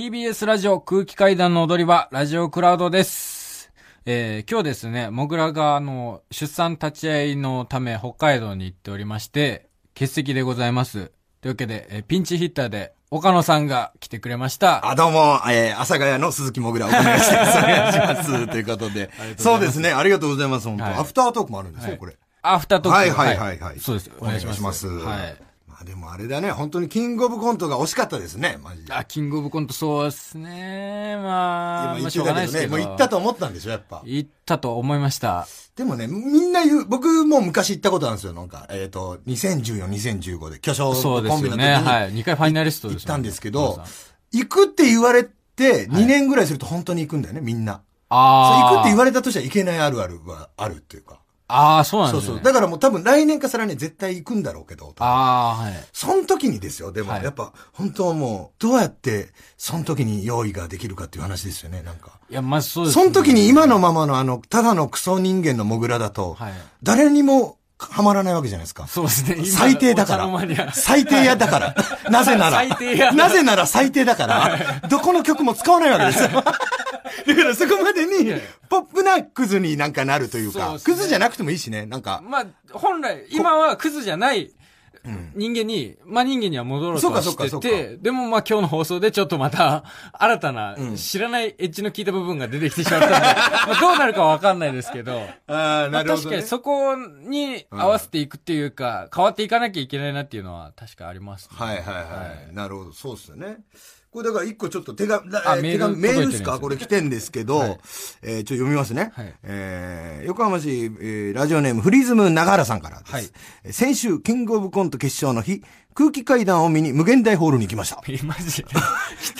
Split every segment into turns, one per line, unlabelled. TBS ラジオ空気階段の踊り場、ラジオクラウドです。えー今日ですね、モグラがあの、出産立ち会いのため北海道に行っておりまして、欠席でございます。というわけで、えーピンチヒッターで岡野さんが来てくれました。
あ、どうも、えー、阿佐ヶ谷の鈴木もぐらお願いします。お願い します。ということで。そうですね。ありがとうございます。本当、
はい
アフタートークもあるんですね、
はい
これ。
アフタートーク。
はいはいはいはい。
そうです。
お願いします。
はい。
まあでもあれだね、本当にキングオブコントが惜しかったですね、マジで。
あ、キングオブコントそうですね。まあ、
今言
まあ
っ
しょ
て
うがない
たけ
で
ど
すけ
ね、
ど。
もう行った。と思ったんでしょ、やっぱ。
行ったと思いました。
でもね、みんな言う、僕も昔行ったことあるんですよ、なんか。えっ、と、2014、2015で巨匠
そ
と
うで
コン
す
ビ
よ
の時
ね。
に
はい。2回ファイナリストです
行
も
っ
ね
たんですけ
そう
ど
です、
行くって言われて、2年ぐらいすると本当に行くんだよね、みんな。そう
ああ。
行くって言
れ
われたとしてはいけないあるあるはあるっていうか。
ああ、そうなん
そ
で
う
すね。
そう。だからもう多分来年か再来年絶対行くんだろうけど。
ああ、はい。
その時にですよ。でも
はい
やっぱ本当はもうどうやってその時に用意ができるかっていう話ですよね、なんか。
いや、まずそうです、
その時に今のままのあの、ただのクソ人間のモグラだと、
はい。
誰にもハマらないわけじゃないですか。
そうですね。今
最低だか
お茶の間には
ら。最低屋 だから。なぜなら。
最低屋
なぜなら最低だから、どこの曲も使わないわけですよ。だからそこまでに
やいや、
ポップなクズになんかなるという
そう
か、
ですね
クズじゃなくてもいいしね、なんか。
まあ、本来、今はクズじゃない人間に、まあ人間には戻ろうとは
そう
し
かそ
て
うかそう
て、でもまあ今日の放送でちょっとまた、新たな、知らないエッジの効いた部分が出てきてしま ったので、まあどうなるかわかんないですけど、
ああ、
まあ確かにそこに合わせていくっていうか、変わっていかなきゃいけないなっていうのは確かあります、ね。
はいはいはい。なるほど。そうっすよね。これだから一個ちょっと手紙、
あ
えー
メール
手紙メ
届いてるん
ールで
ですす
か
よ
これ来てんですけど、
はい
えーちょっと読みますね。
はい
えー横浜市、えーラジオネームフリズム長原さんからです。
はい
えー先週、キングオブコント決勝の日、空気階段を見に無限大ホールに行きました。
マ ジで。来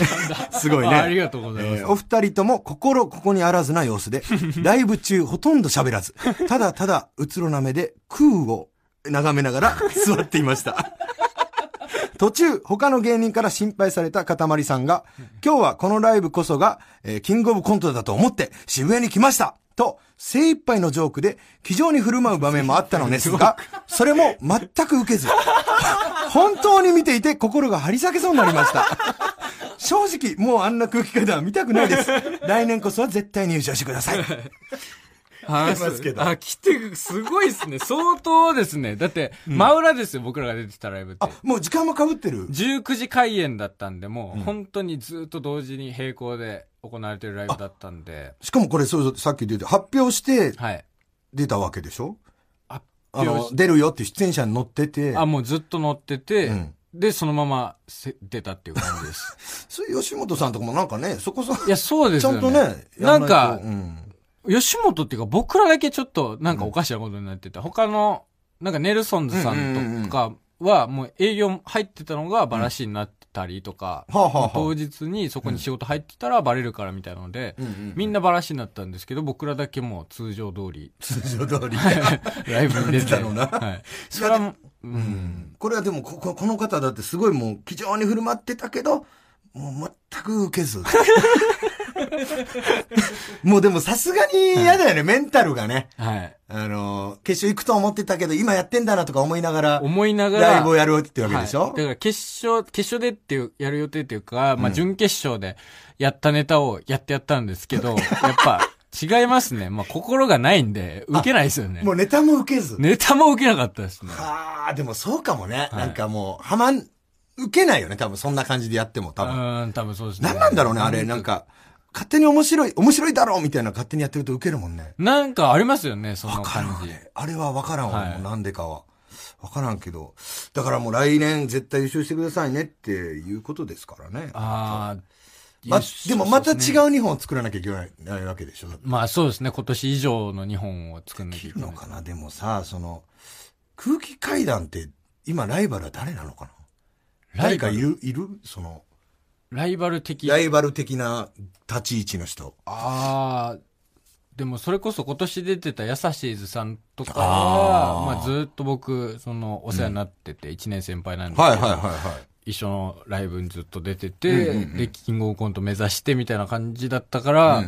たんだ。
すごいね
あありがとうございます。
えーお二人とも心ここにあらずな様 子で、ライブ中ほとんど喋らず、ただただうつろな目で空を眺めながら座ってい ました。途中、他の芸人から心配されたかたまりさんが、今日はこのライブこそが、えーキングオブコントだと思って渋谷に来ましたと、精一杯のジョークで、気丈に振る舞う場面もあったのです が、それも全く受けず、本当に見ていて心が張り裂けそうになりました。正直、もうあんな空気階段は見たくな いです。来年こそは絶対入社してください。
話
ますけど
あ、来て、すごいですね。相当ですね。だって、真裏ですよ、僕らが出てたライブって
あ。、もう時間も被ってる。
19時開演だったんで、もう、本当にずっと同時に並行で行われてるライブだったんで、
しかもこれ、そうそう、さっき出て、発表して
はい。
出たわけでしょ
発
あ
表
の
し、
出るよって出演者に乗ってて。
あ、もうずっと乗ってて、
うん
で、そのまませ出たっていう感じ です。
それ吉本さんとかもなんかね、そこそこ、
いや、そうです
ちゃ
よね。
んとね、
な
や
ん
いと
か
う、ん
吉本っていうか僕らだけちょっとなんかおかしなことになってた。他の、なんかネルソンズさんとかはもう営業入ってたのがバラシになってたりとか、
はあはあはあ
当日にそこに仕事入ってたらバレるからみたいなので、みんなバラシになったんですけど、僕らだけもう通常通り、
通常通り。
ライブに出て。
なるほどな
はい。それはもう、うん。
これはでもこ、ここの方だってすごいもう、気丈に振る舞ってたけど、もう全く受け ず。もうでもさすがに嫌だよね、メンタルがね。
はい。
あの、決勝行くと思ってたけど、今やってんだなとか思いながら、
思いながら。
ライブをやるってわけでしょ、
はい、だから決勝、決勝でっていう、やる予定っていうか、まあ、準決勝でやったネタをやってやったんです けど、やっぱ、違いますね。まあ、心がないんで、受けないですよね
も。うネタも受けず。
ネタも受けなかったですね。
ああ、でもそうかもね。
はい
なんかもう、はまん、受けないよね、多分そんな感じでやっても、
う
多分。
ーん、多分そうですね。
なんなんだろうね、あれ、なんか、勝手に面白い、面白いだろうみたいな勝手にやってると受けるもんね。
なんかありますよね、その
わからん
感
わ
じ。
ね。あれはわからんわ、
はい
もうなんでかは。わからんけど。だからもう来年絶対優勝してくださいねっていうことですからね。
ああ、
ま
よし
でもまた違う
そうですね
日本を作らなきゃいけないわけでしょ。
まあそうですね、今年以上の日本を作んな
で
きゃ
き
いけ
る
な
の
い。
かなでもさ、その、空気階段って、今ライバルは誰なのかな
ライ
誰
バ
かい
ル
る、いるその、
ライバル的。
ライバル的な立ち位置の人。
ああ、でもそれこそ今年出てたヤサシーズさんとか
あ
は、
ー
まあずっと僕、その、お世話になってて、1年先輩なんですけど、
はいはいはいはい。
一緒のライブにずっと出てて、で、キングオブコント目指してみたいな感じだったから、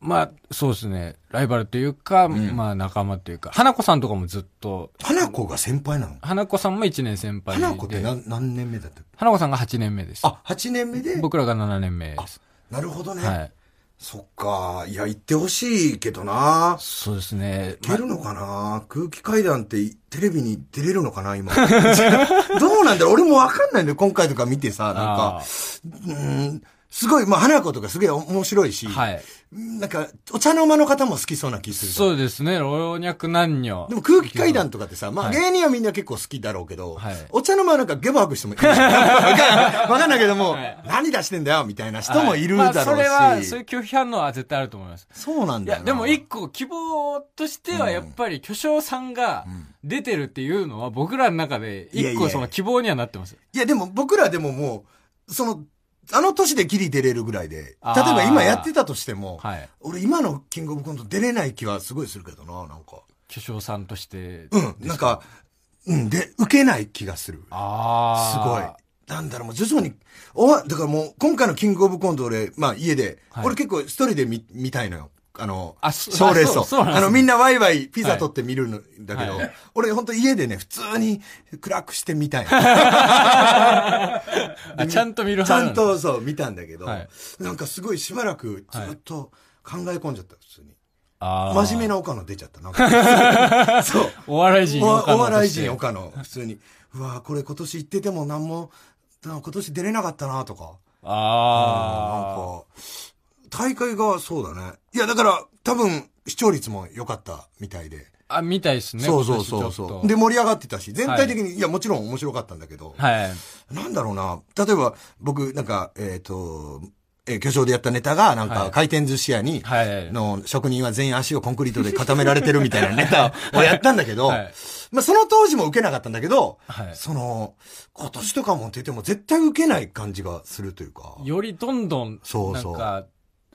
まあ、そうですね。ライバルというか、まあ仲間というか、花子さんとかもずっと、
花子が先輩なの
花子さんも1年先輩で。
花子って何何年目だったっけ
花子さんが8年目です。
あ、8年目で
僕らが7年目です。
なるほどね。
はい。
そっか。いや、行ってほしいけどな。
そうですね。
行けるのかな空気階段ってテレビに出れるのか な今。どうなんだろう俺もわかんないんだよ。今回とか見てさ、なん
あ
か
あ。ー
うんすごい、まあ、花子とかすげえ面白いし、
はい。
なんか、お茶の間の方も好きそうな気する。
そうですね。老若男女。
でも空気階段とかってさ、まあ
はい
芸人はみんな結構好きだろうけど、
はい
お茶の間なんかゲバハグしてもいいじゃ ん。わかんない。わかんないけども、
はい
何出してんだよみたいな人もいるだろうし。
はいまあそれは、そういう拒否反応は絶対あると思います。
そうなん
い
だよ
や、
な。
でも一個希望としてはやっぱり巨匠さんが出てるっていうのは僕らの中で
いや
一
いやいや
個その希望にはなってます。
いや、でも僕らでももう、その、あの年でギリ出れるぐらいで、例え
あー
ば今やってたとしても、
はい。
俺今のキングオブコント出れない気はすごいするけどな、なんか。
巨匠さんとして。
うん、なんか、うん、で、受けない気がする。すごい
ああ。。
なんだろう、もう徐々に、おだからもう、今回のキングオブコント俺、まあ家で、
はい
俺結構一人で見、見たいのよ。あの、
あそ
賞レース
あそうそう
を。
なんです
あ
ね
の、みんなワイワイピザ取って見るんだけど、
はい
俺本当家でね、普通に暗くして見たい。
あちゃんと見る
ちゃ
派
ん
なんだ
とそう、見たんだけど、
はい
なんかすごいしばらくずっと考え込んじゃった、普通に。
あー
真面目な岡野出ちゃった、な んか。そう。
お笑い人
お
岡野として
お笑い人岡野、普通に。うわこれ今年行ってても何も、な今年出れなかったな、とか。
あ
うんなんか、大会がそうだね。いや、だから、多分、視聴率も良かったみたいで。
あ。あ、みたいですね。
そうそうそうそう。で、
で、
盛り上がってたし、全体的に、い、や、もちろん面白かったんだけど、
はい。
なんだろうな、例えば、僕、なんか、えっ、と、えー巨匠でやったネタが、なん
は
か、
い
回転寿司屋に、
はい。
の職人は全員足をコンクリートで固められてるみたいなネタをやったんだけど、
はい
まあその当時も受けなかったんだけど、
はい
その、今年とかも出ても絶対受けない感じがするというか。
よりどんどん、
そう
なん
そう
か、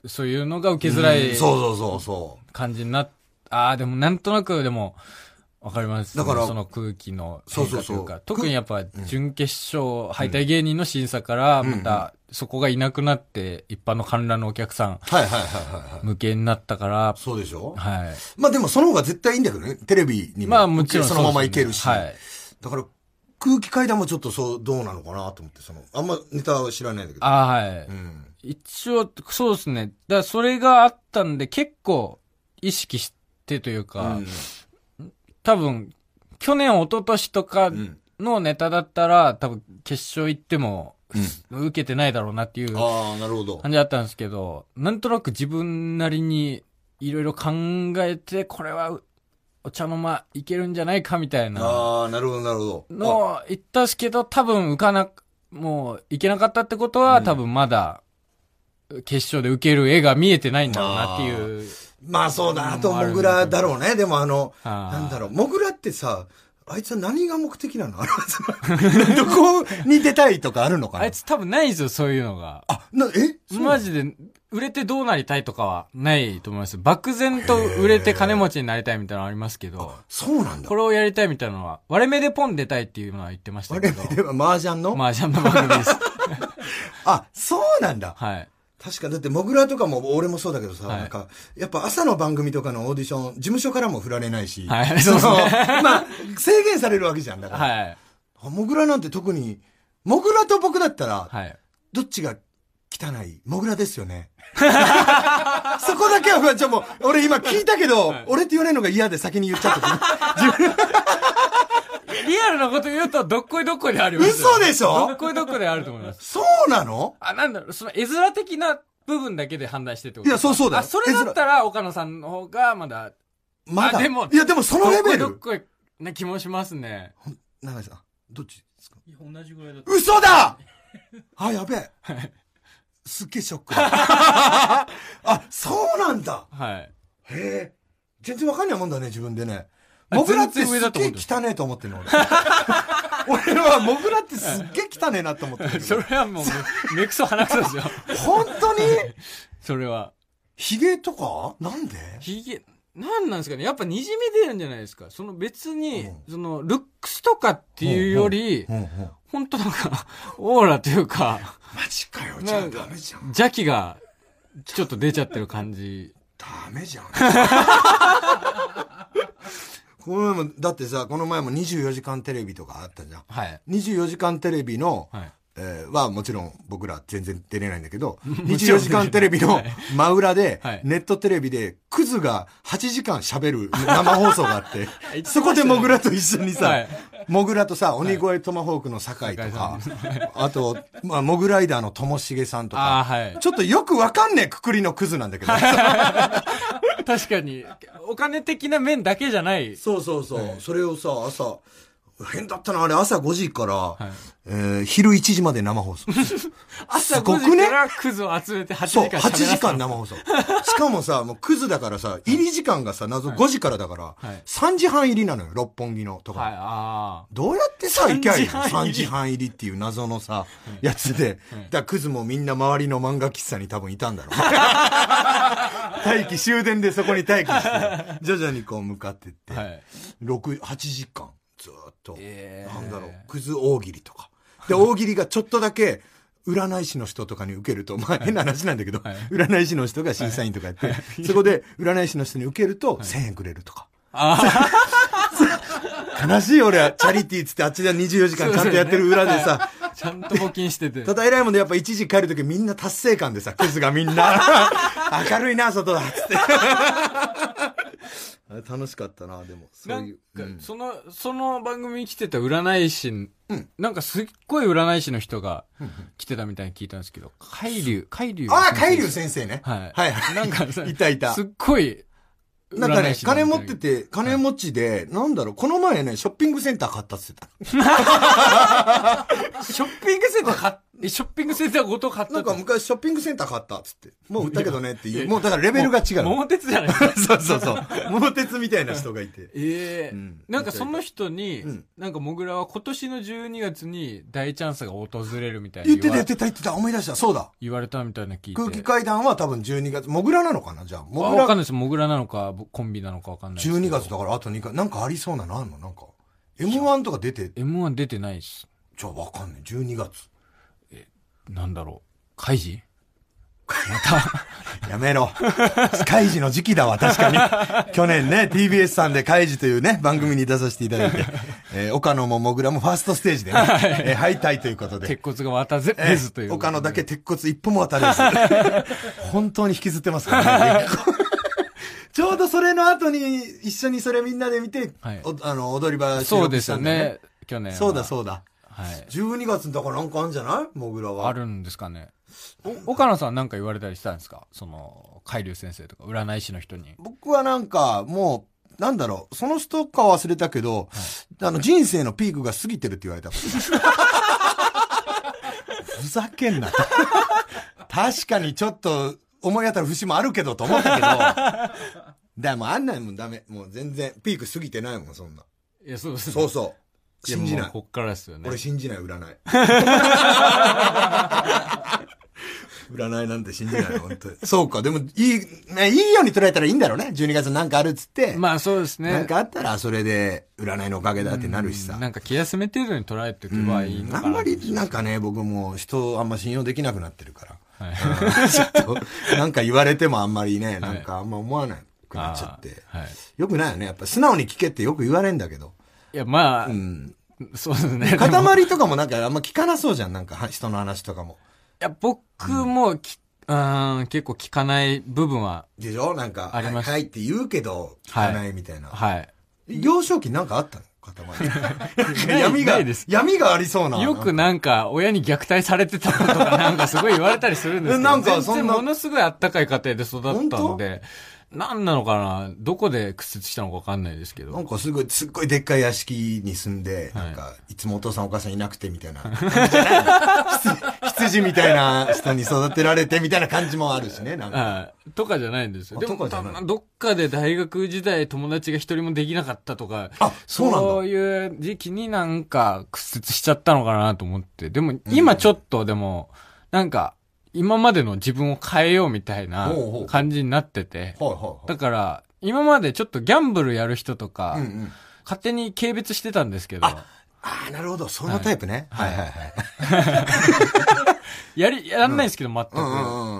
そういうのが受けづら
う
い
んそうそうそうそ
感じになっ、ああ、でもなんとなくでも、わかります。
だから
その空気の変化というか。
そうそうそう
特にやっぱ、準決勝、敗退芸人の審査から、また、そこがいなくなって、一般の観覧のお客さん
う。はいはいはいはいはい。
向けになったから、
そうでしょ
は
まあでもその方が絶対いいんだけどね。テレビに
い。
も。
まあもちろん
そのままいけるし。
そうですね
だから空気階段もちょっとそう、どうなのかなと思って、その、あんまネタは知らないんだけど。
はい。ああー、はい。
うん。
一応、そうですね。だからそれがあったんで、結構、意識してというか、
うん
多分、去年、一昨年とか
うん
のネタだったら、多分、決勝行っても、受けてないだろうなっていう
ああ、なるほど。
感じだったんですけど、なんとなく自分なりに、いろいろ考えて、これは、お茶の間いけるんじゃないかみたいな
ああ、なるほど、なるほど。
のを言ったんですけど、多分、受かな、もう、いけなかったってことは、多分、まだ、決勝で受ける絵が見えてないんだろうなっていう。
まあそうだ、あと、
うんある
モグラだろうね。でもあの、
あー
なんだろう、モグラってさ、あいつは何が目的なのあのどこに出たいとかあるのか
あ
ない
つ多分ないんですよ、そういうのが。
あ、な、えそうなの
マジで、売れてどうなりたいとかはないと思います。漠然と売れて金持ちになりたいみたいなのありますけど、
そうなんだ
こ。れをやりたいみたいなのは、割れ目でポン出たいっていうのは言ってました
あ
け
れ
ど、
では麻雀の、
まあ、ジャンの番組 です。
あ、そうなんだ。
はい。
確か、だって、モグラとかも、俺もそうだけどさ、
はい
なんか、やっぱ朝の番組とかのオーディション、事務所からも振られないし、
はい
その、
そうです
まあ、制限されるわけじゃん。だから、
はい。
あモグラなんて特に、モグラと僕だったら、
はい。
どっちが汚いモグラですよね。 そこだけは不安。ちょ、もう、俺今聞いたけど、俺って言われるのが嫌で先に言っちゃった。
リアルなこと言うと、どっこいどっこいでありますよ。
嘘でしょ
どっこいどっこいであると思います。
そうなの
あ、なんだろう、その絵面的な部分だけで判断してってこと
いやそうそうだよ
あ、それだったら、岡野さんの方が、まだ、
まだ。
あでも
いや、でもそ
ど
のレ
っこ
ベ
いどっ
ル。
こいな気もしますね。
長井さん、どっちですか
同じぐらいだ
嘘だあ、やべえ。すっげえショッ クだ。あ、そうなんだ。
はい。
へえ。全然わかんないもんだね、自分でね。
あ
モグラってすっ
全然上だと思
げえ
ってる
汚ねえと思ってんの、 俺。俺はモグラってすっげえ汚ねえなと思ってるけ
そ
ど。
れはもう め、目くそ鼻くそですよ。
本当に
それは。
ヒゲとかなんで
ひげ、なんなんですかねやっぱにじみ出るんじゃないですかその別に、
うん
その、ルックスとかっていうより、
うんうん。
ほんとなんか、オーラというか、
マジかよ、
じゃあダ
メじゃん。
邪気が、ちょっと出ちゃってる感じ
ダメ じゃん。この前も、だってさ、この前も24時間テレビとかあったじゃん。
はい。
24時間テレビの、
はい。
えーはもちろん僕ら全然出れないんだ けど、
ちろ
24
ん
時間テレビの
はい
真裏で
はい、
ネットテレビで、クズが8時間喋る生放送 があっ
言ってましたね
て、そこでモグラと一緒にさ、
はい
モグラとさ、鬼越トマホークの酒井とか、あと、まあ、モグライダーのともしげさんと
ああ、
か、
はい。
ちょっとよくわかんねえくくりのクズなんだけど、
確かに、お金的な面だけじゃない。
そうそうそう、それをさ、朝、変だったな、あれ朝5時から、
い
えー昼1時まで生放送。
朝
すご
5
くね
時からクズを集めて8時
そう、
間
8時
喋ら
間 生放送。しかもさ、もうクズだからさ、入り時間がさ、謎5時からだから、
はい
3時半入りなのよ、六本木のとか。
はい、あ
どうやってさ、行きゃいいの
3
?3
時
時半入りっていう謎のさ、やつで。だからクズもみんな周りの漫画喫茶に多分いたんだろう。 待機、終電でそこに待 機して、徐々にこう向かってって、
あ。はい。
六8時間、ずーっと、
えー
なんだろう、クズ大喜利とか。で、大喜利がちょっとだけ、占い師の人とかに受けると、まあ変な話なんだけど、
はい
占い師の人が審査員とかやって、そこで占い師の人に受けると、1000円くれるとか。
あ
悲しい俺は、チャリティーつってあっちで24時間ちゃんとやってる裏でさ、
あ、ちゃんと募金してて。
ただ偉いもんでやっぱ1時帰るときみんな達成感でさ、クズがみん な、明るいな、外だっつって。 あれ楽しかったな、でも。そ
な
うんい
か
う。うん、
その、その番組に来てた占い師、なんかすっごい占い師の人が来てたみたいに聞いたんですけど、海流、海流。
ああ、海竜先生ね。
はい
はいはい。
なんかさ
いたいた
す。っごい、
なんかね、金持って
て
て、金持ちで、なんだろう、この前ね、ショッピングセンター買ったっつってた。
ショッピングセンター買っえショッピングセンターごと買った
なんか
う
昔ショッピングセンター買ったっつって。もう売ったけどねっていう。もうだからレベルが違う。
桃鉄じゃないですか。
そうそうそう。桃鉄みたいな人がいて。
ええ
うん
なんかその人に、
うん
なんかモグラは今年の12月に大チャンスが訪れるみたいに
言っ
言
て
わ
た言ってた言ってた、思い出した。そうだ。
言われたみたいな聞いて。
空気階段は多分12月。モグラなのかなじゃあ。
あ
モ
わ
グ
かんな
ラ
いです。モグラなのか、ぼコンビなのかわかんないですけど。
12月だからあと2回。なんかありそうなのあんのなんか。M1 とか出て、
M1 出てないです。
じゃあわかんない。12月。
なんだろう。カイジ
やめろ。カイジの時期だわ、確かに。去年ね、TBS さんでカイジというね、番組に出させていた だいて、えー岡野もモグラもファーストステージでね、えー敗退ということで
鉄。骨が渡せ、
え
出ずという。
岡野だけ鉄骨一歩も当 たれず。本当に引きずってますからね。ちょうどそれの後に一緒にそれみんなで見て、
はい
おあの、踊り場収
そう
録
で
し
す
た
よ
んだよね。
ね。去年は。
そうだそうだ。
はい。
12月だからなんかあるんじゃないモグラは。
あるんですかね。お岡野さんなんか言われたりしたんですかその、海流先生とか、占い師の人に。
僕はなんか、もう、なんだろう、その人かは忘れたけど、あの、人生のピークが過ぎてるって言われたこと。 ふざけんな。確かにちょっと、思い当たる節もあるけどと思ったけど、 だもうあんなんもんダメ。もう全然、ピーク過ぎてないもん、そんな。
いや、そうです
そうそう。信じない。
こっからですよね
俺。信じない、 占い。占いなんて信じない、本当に。そうか、でも、いい、ね、いいように捉えたらいいんだろうね。12月なんかあるっつって。
まあそうですね。
なんかあったら、それで、占いのおかげだってなるしさ。
なんか気休め程度に捉えておけ
うん
ばいいのかな。
あんまり、なんかね、僕もう人をあんま信用できなくなってるから。
はい。
うん ちょっと、なんか言われてもあんまりね、なんかあんま思わなくなっちゃって。
あーはい。
よくないよね。やっぱ素直に聞けってよく言われんだけど。
いや、まあ、
うん。
そうですね。でもい
塊とかもなんかあんま聞かなそうじゃん。なんかは人の話とかも。
や、僕もき、うーん、結構聞かない部分は、
でしょなんか、
あります
はいはいって言うけど、聞かないみたいな。
はい。
幼少期なんかあったの塊。
ない
闇が
ないです、
闇がありそうな。
よくなんか、親に虐待されてたことがなんかすごい言われたりするんですけど、
なんかそんな
全然ものすごいあったかい家庭で育ったので、なんなのかなどこで屈折したのかわかんないですけ
な
ど。
んかすごい、すっごいでっかい屋敷に住んで、
はい
なんか、いつもお父さんお母さんいなくてみた いな。 羊みたいな人に育てられてみたいな感じもあるしね、なんか。
はい。とかじゃないんですよ。
あ
でも、
とかじ
た
ゃない
まどっかで大学時代友達が一人もできなかったとか、
あ、そうなんだ。
そういう時期になんか屈折しちゃったのかなと思って。でも今ちょっとでも、なんか今までの自分を変えようみたいな
ほうほう
感じになってて。
はいはいは
だから今までちょっとギャンブルやる人とか、
い。うんうん。
勝手に軽蔑してたんですけど。
あああ、なるほど。そのタイプね。はいはいはい。
やり、やらないですけど、全
うん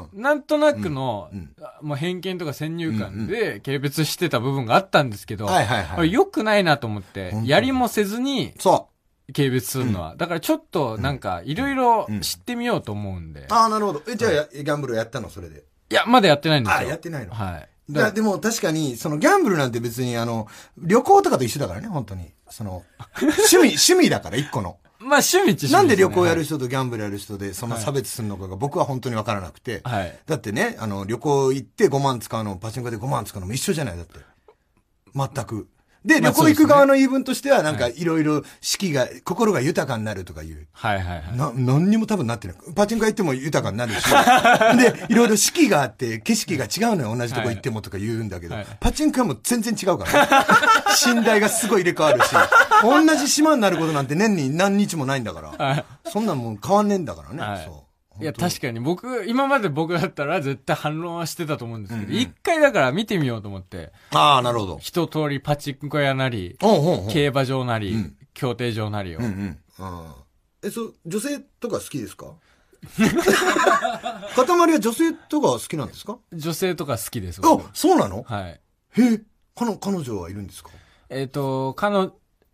う
く。
んうん。
なんとなくの、
うん
あもう偏見とか先入観で、軽蔑してた部分があったんですけど、
はいはいはい。
良くないなと思って
本当、に
やりもせずに、
そ
軽蔑するのは。だからちょっと、なんか、いろいろ知ってみようと思うんで。
う。ああ、なるほど。え、じゃあ、やギャンブルやったのそれで。
いや、まだやってないんですよ。
あやってないの
はい。
だ
だ
からでも確かに、そのギャンブルなんて別にあの、旅行とかと一緒だからね、本当に。その、趣味、 趣味だから、一個の。
まあ、趣味って趣味ですね
なんで旅行やる人とギャンブルやる人で、そんな差別するのかが僕は本当にわからなくて。
はいはい。
だってね、あの、旅行行って5万使うのも、パチンコで5万使うのも一緒じゃない、だって。全く。で、
まあ
旅行行
そうです
く
ね
側の言い分としては、なんか
はい
ろいろ四季が、心が豊かになるとかいう。
はいはいはい。
な、何にも多分なってない。パチンコ行っても豊かになるし。 で、いろいろ四季があって、景色が違うのよ、同じとこ行ってもとか言うんだけど、
はい
パチンコはもう全然違うから、ね。寝 台がすごい入れ替わるし、同じ島になることなんて年に何日もないんだから、
はい
そんなんもう変わんねえんだからね。
はい
そう。
いや、
本
確かに僕、今まで僕だったら絶対反論はしてたと思うんですけど、一、回だから見てみようと思って、
当に。ああ、なるほど。
一通りパチンコ屋なり、
うんうんうん。
競馬場なり、
うん
競艇場なりを、
うんうん。え、そう、女性とか好きで すか塊は女性とか好きなんですか
女性とか好きです。僕
あ、そうなの
はい。
へえ、かの、彼女はいるんですか
えっ、と、彼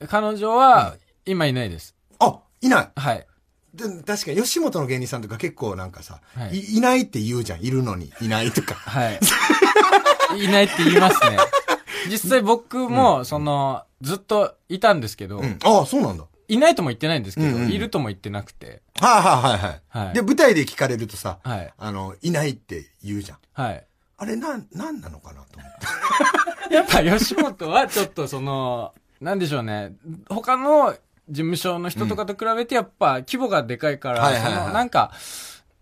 彼女は、今いないです。
あ、いない。
はい。
で確かに、吉本の芸人さんとか結構なんかさ、
はい
い、いないって言うじゃん。いるのに、いない とか。
はい。いないって言いますね。実際僕も、その、ずっといたんですけど、
うん。ああ、そうなんだ。
いないとも言ってないんですけど、
うんうん
いるとも言ってなくて、
はいはいはいはい。
はい
で、舞台で聞かれるとさ、
はい。
あの、いないって言うじゃん。
はい。
あれ、なん、なんなのかなと思って。
やっぱ吉本はちょっとその、なんでしょうね。他の事務所の人とかと比べてやっぱ規模がでかいか
は
ら、
いはい
そ
はい
のなんか、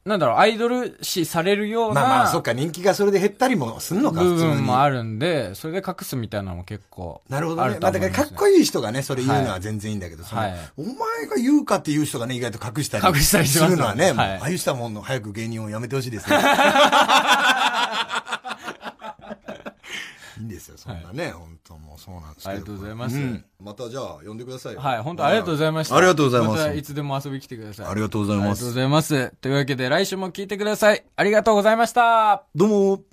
なんだろう、アイドル視されるよう
まあまあ、そ
な
っか、人気がそれで減ったりもすんのか、
部
普通に
分もあるんで、それで隠すみたいなのも結構。
なるほどね。
ると
まあ、
思
だ
い
か
ま
ら
す
かっこいい人がね、それ言うのは全然いいんだけど、その
はい
お前が言うかっていう人がね、意外と隠したり。
隠したりします
るのはね、
はい
もうああいう人はもう早く芸人をやめてほしいですね。いいんですよ、そんなね。本当もうそうなんですけど。
ありがとうございます
んまたじゃあ、呼んでくださいよ。
はい、本当ありがとうございました。
ありがとうございま
たい
す。
つでも遊びに来てください。
ありがとうござい
あり
ま
がとうご
す。
ざいます。というわけで来週も聞いてください。ありがとうございました。
どうも。